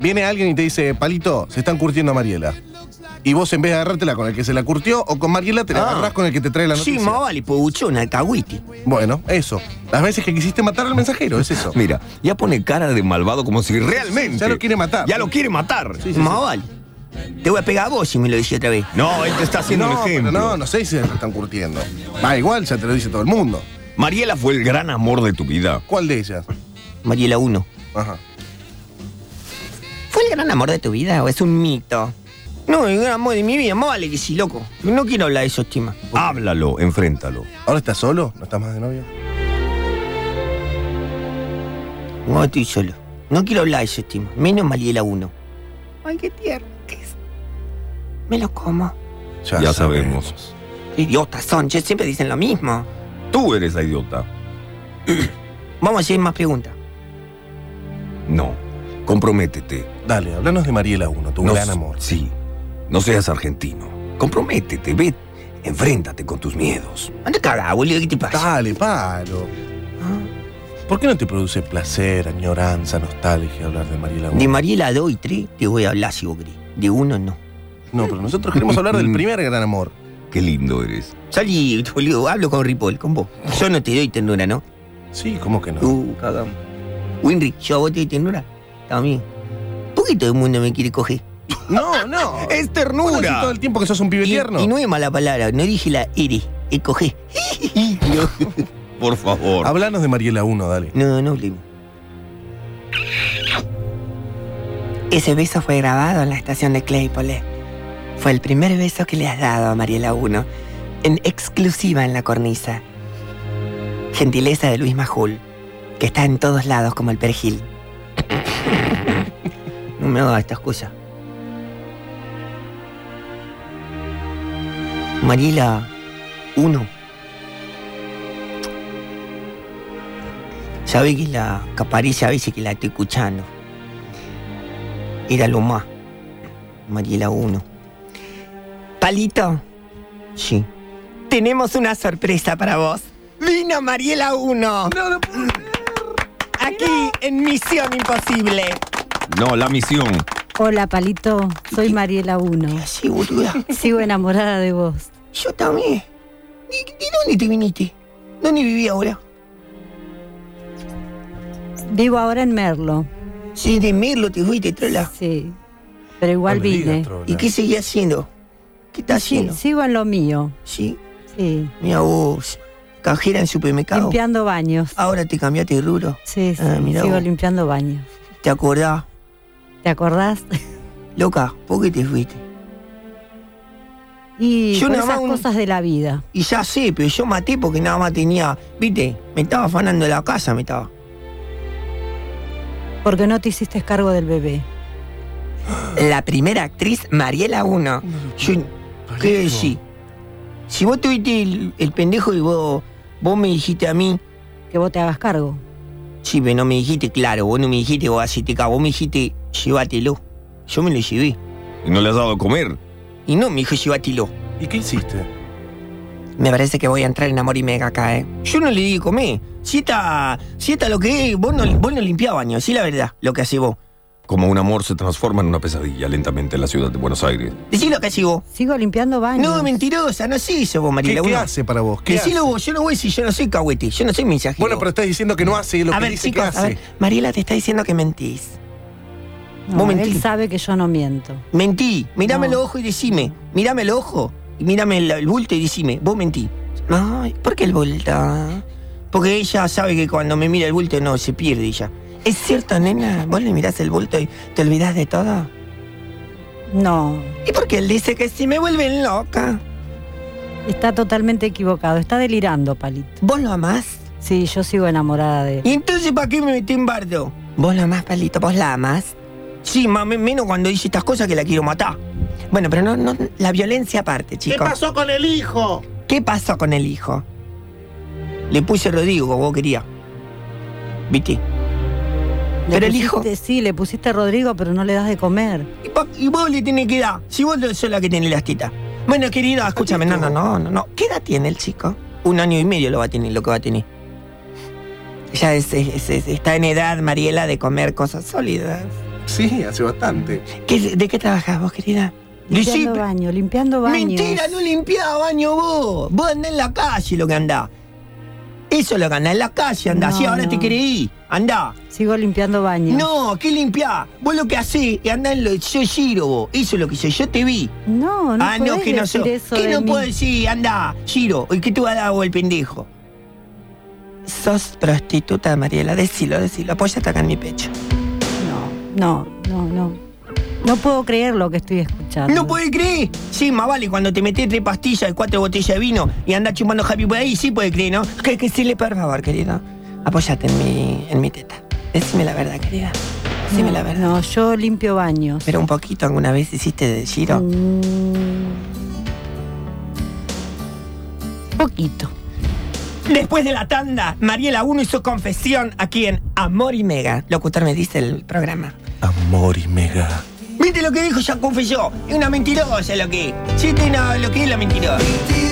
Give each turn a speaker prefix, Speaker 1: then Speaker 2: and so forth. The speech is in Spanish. Speaker 1: Viene alguien y te dice, Palito, se están curtiendo a Mariela. Y vos en vez de agarrártela con el que se la curtió o con Mariela, te la
Speaker 2: Ah.
Speaker 1: agarrás con el que te trae la
Speaker 2: Sí,
Speaker 1: noticia.
Speaker 2: más vale, pues, pobuchón, alcahuiti.
Speaker 1: bueno, eso. Las veces que quisiste matar al mensajero, es eso.
Speaker 3: Mira, ya pone cara de malvado como si realmente.
Speaker 1: Ya lo quiere matar.
Speaker 3: Ya lo quiere matar.
Speaker 2: más vale. Te voy a pegar a vos si me lo decís otra vez.
Speaker 3: No, él te está haciendo
Speaker 1: no,
Speaker 3: un
Speaker 1: pero
Speaker 3: ejemplo.
Speaker 1: no, no sé si se la están curtiendo. Va, igual ya te lo dice todo el mundo.
Speaker 3: Mariela fue el gran amor de tu vida.
Speaker 1: ¿Cuál de ellas?
Speaker 2: Mariela 1.
Speaker 1: Ajá.
Speaker 2: ¿Fue el gran amor de tu vida o es un mito? No, el gran amor de mi vida, más vale que sí, loco. No quiero hablar de esos temas.
Speaker 3: Háblalo, enfréntalo.
Speaker 1: ¿Ahora estás solo? ¿No estás más de novio?
Speaker 2: No estoy solo. No quiero hablar de esos temas. Menos Mariela 1. Ay, qué tierno que es. Me lo como.
Speaker 3: Ya sabemos.
Speaker 2: Idiotas son, ya siempre dicen lo mismo.
Speaker 3: Tú eres la idiota.
Speaker 2: Vamos a hacer más preguntas.
Speaker 3: No. Comprométete.
Speaker 1: Dale, háblanos de Mariela 1, tu
Speaker 3: No
Speaker 1: gran
Speaker 3: s-
Speaker 1: amor.
Speaker 3: Sí. No seas argentino. Comprométete, ve. Enfréntate con tus miedos.
Speaker 2: Anda cagá, boludo, ¿qué te pasa?
Speaker 1: Dale, palo. ¿Por qué no te produce placer, añoranza, nostalgia hablar de Mariela 1?
Speaker 2: De Mariela 2 y 3 te voy a hablar si vos querés. De uno no.
Speaker 1: No, pero nosotros queremos hablar del primer gran amor.
Speaker 3: Qué lindo eres.
Speaker 2: Salí, boludo, hablo con Ripoll, con vos. Yo no te doy ternura, ¿no?
Speaker 1: Sí, ¿cómo que no?
Speaker 2: Uh, cagamos. Winry, yo a vos te doy ternura. También. ¿Por qué todo el mundo me quiere coger?
Speaker 1: No, no.
Speaker 3: ¡Es
Speaker 1: ¿Vos no decís todo el tiempo que sos un pibe
Speaker 2: Y,
Speaker 1: tierno?
Speaker 2: y no es mala palabra, no dije la R, es coger.
Speaker 3: Por favor.
Speaker 1: Hablanos de Mariela 1, dale.
Speaker 2: No, no hablemos. Ese beso fue grabado en la estación de Claypole. Fue el primer beso que le has dado a Mariela 1, en exclusiva en la cornisa. Gentileza de Luis Majul, que está en todos lados como el perejil. No me hagas esta excusa. Mariela 1. Sabe que la caparicia a veces que la estoy escuchando. Era lo más. Mariela 1. Palito. Sí. Tenemos una sorpresa para vos. Vino Mariela 1.
Speaker 1: No, no puedo.
Speaker 2: Aquí en Misión Imposible.
Speaker 3: No, la misión.
Speaker 4: Hola, Palito. Soy Mariela 1.
Speaker 2: Así, boluda.
Speaker 4: Sigo enamorada de vos.
Speaker 2: Yo también. ¿Y, y dónde te viniste? ¿Dónde viví ahora?
Speaker 4: Vivo ahora en Merlo.
Speaker 2: Sí, de Merlo te fuiste, trola.
Speaker 4: Sí. Pero igual
Speaker 1: No me digas,
Speaker 4: vine.
Speaker 1: trola.
Speaker 2: ¿Y qué seguí haciendo? ¿Qué estás
Speaker 4: Sí,
Speaker 2: haciendo?
Speaker 4: sigo en lo mío.
Speaker 2: Sí,
Speaker 4: Sí.
Speaker 2: mira vos. Cajera en supermercado.
Speaker 4: Limpiando baños.
Speaker 2: Ahora te cambiaste de rubro.
Speaker 4: Sí, sí.
Speaker 2: Ah, mirá
Speaker 4: sigo
Speaker 2: vos.
Speaker 4: limpiando baños.
Speaker 2: ¿Te acordás?
Speaker 4: ¿Te acordás?
Speaker 2: Loca, ¿por qué te fuiste?
Speaker 4: Y
Speaker 2: Yo
Speaker 4: por
Speaker 2: nada más
Speaker 4: esas
Speaker 2: un-
Speaker 4: cosas de la vida.
Speaker 2: Y ya sé, pero yo maté porque nada más tenía, viste, me estaba afanando la casa, me estaba.
Speaker 4: Porque no te hiciste cargo del bebé.
Speaker 2: La primera actriz, Mariela 1. ¿Qué decís? Si vos tuviste el, el pendejo y vos, vos me dijiste a mí,
Speaker 4: Que vos te hagas cargo.
Speaker 2: sí, pero no me dijiste, claro, vos no me dijiste, vos hacete ca, vos me dijiste, llévatelo. Yo me lo llevé.
Speaker 3: Y no le has dado a comer.
Speaker 2: Y no, me dijo, llévatelo.
Speaker 1: ¿Y qué hiciste?
Speaker 2: Me parece que voy a entrar en amor y mega acá, ¿eh? Yo no le di comer. Si está, si está lo que es, vos no, vos no limpiás baño, sí la verdad, lo que hacés vos.
Speaker 3: Como un amor se transforma en una pesadilla lentamente en la ciudad de Buenos Aires.
Speaker 2: Decí lo que hacés vos.
Speaker 4: Sigo limpiando baños.
Speaker 2: No, mentirosa, no sé eso vos,
Speaker 1: ¿Qué,
Speaker 2: Mariela.
Speaker 1: qué
Speaker 2: uno.
Speaker 1: hace para vos? ¿Qué
Speaker 2: Decilo
Speaker 1: hace?
Speaker 2: vos, yo no voy si yo no soy cahuete, yo no soy mensajero.
Speaker 1: Bueno, pero estás diciendo que no hace lo
Speaker 2: a
Speaker 1: que
Speaker 2: ver,
Speaker 1: dice
Speaker 2: chicos,
Speaker 1: que
Speaker 2: a
Speaker 1: hace.
Speaker 2: ver, Mariela te está diciendo que mentís.
Speaker 4: No,
Speaker 2: vos
Speaker 4: él
Speaker 2: mentís.
Speaker 4: sabe que yo no miento.
Speaker 2: Mentí, mirame
Speaker 4: No.
Speaker 2: los ojos y decime, mirame el ojo y mirame el, el bulto y decime, vos mentí. Ay, ¿por qué el bulto? Porque ella sabe que cuando me mira el bulto no, se pierde ella. ¿Es cierto, nena? ¿Vos le mirás el bulto y te olvidás de todo?
Speaker 4: No,
Speaker 2: ¿Y por qué él dice que si me vuelven loca?
Speaker 4: está totalmente equivocado. Está delirando, Palito.
Speaker 2: ¿Vos lo amás?
Speaker 4: Sí, yo sigo enamorada de él.
Speaker 2: ¿Y entonces para qué me metí en bardo? ¿Vos la amás, Palito? ¿Vos la amás? Sí, más menos cuando dice estas cosas que la quiero matar. Bueno, pero no, no la violencia aparte, chicos. ¿Qué pasó con el hijo? ¿Qué pasó con el hijo? Le puse Rodrigo, como vos querías. ¿Viste?
Speaker 4: Le
Speaker 2: Pero el hijo-
Speaker 4: pusiste- Sí, le pusiste Rodrigo, pero no le das de comer.
Speaker 2: Y, pa- y vos le tenés que dar, si vos sos la que tiene las tetas. Bueno, querida, escúchame, no, no, no, no, no. ¿Qué edad tiene el chico? Un año y medio lo va a tener, lo que va a tener. Ya es- es- es- está en edad, Mariela, de comer cosas sólidas.
Speaker 1: Sí, hace bastante.
Speaker 2: ¿Qué- ¿De qué trabajas vos, querida?
Speaker 4: Limpiando
Speaker 2: Luisito.
Speaker 4: baño, limpiando baño.
Speaker 2: Mentira, no limpiaba baño vos. Vos andás en la calle lo que andá. Eso es lo que andá, en la calle andá.
Speaker 4: No,
Speaker 2: sí, ahora
Speaker 4: no.
Speaker 2: te creí. Andá.
Speaker 4: Sigo limpiando baño.
Speaker 2: No, ¿qué limpiá? Vos lo que hacés y andá en lo. Yo giro vos. Eso es lo que hice, yo te vi.
Speaker 4: No, no
Speaker 2: ah, no,
Speaker 4: podés
Speaker 2: que no
Speaker 4: decir
Speaker 2: sé.
Speaker 4: eso
Speaker 2: ¿Qué
Speaker 4: de
Speaker 2: no
Speaker 4: mí.
Speaker 2: puedo decir? Andá, giro. ¿Y qué tú vas a dar vos, el pendejo? Sos prostituta, Mariela. Decilo, decilo. Apóyate acá en mi pecho.
Speaker 4: No, no, no, no. No puedo creer lo que estoy escuchando.
Speaker 2: ¿No puede creer? Sí, más vale cuando te metes tres pastillas y cuatro botellas de vino y andás chupando happy por ahí, sí puede creer, ¿no? Que, que sí le, por favor, querido. Apóyate en mi, en mi teta. Decime la verdad, querida. Decime
Speaker 4: No,
Speaker 2: la verdad.
Speaker 4: No, yo limpio baños.
Speaker 2: Pero un poquito alguna vez hiciste de giro.
Speaker 4: Mm. Poquito.
Speaker 2: Después de la tanda, Mariela 1 hizo confesión aquí en Amor y Mega. Locutor me dice el programa.
Speaker 1: Amor y mega.
Speaker 2: ¿Viste lo que dijo? Ya confesó. Es una mentirosa lo que es. Sí, tiene una- lo que es la mentirosa.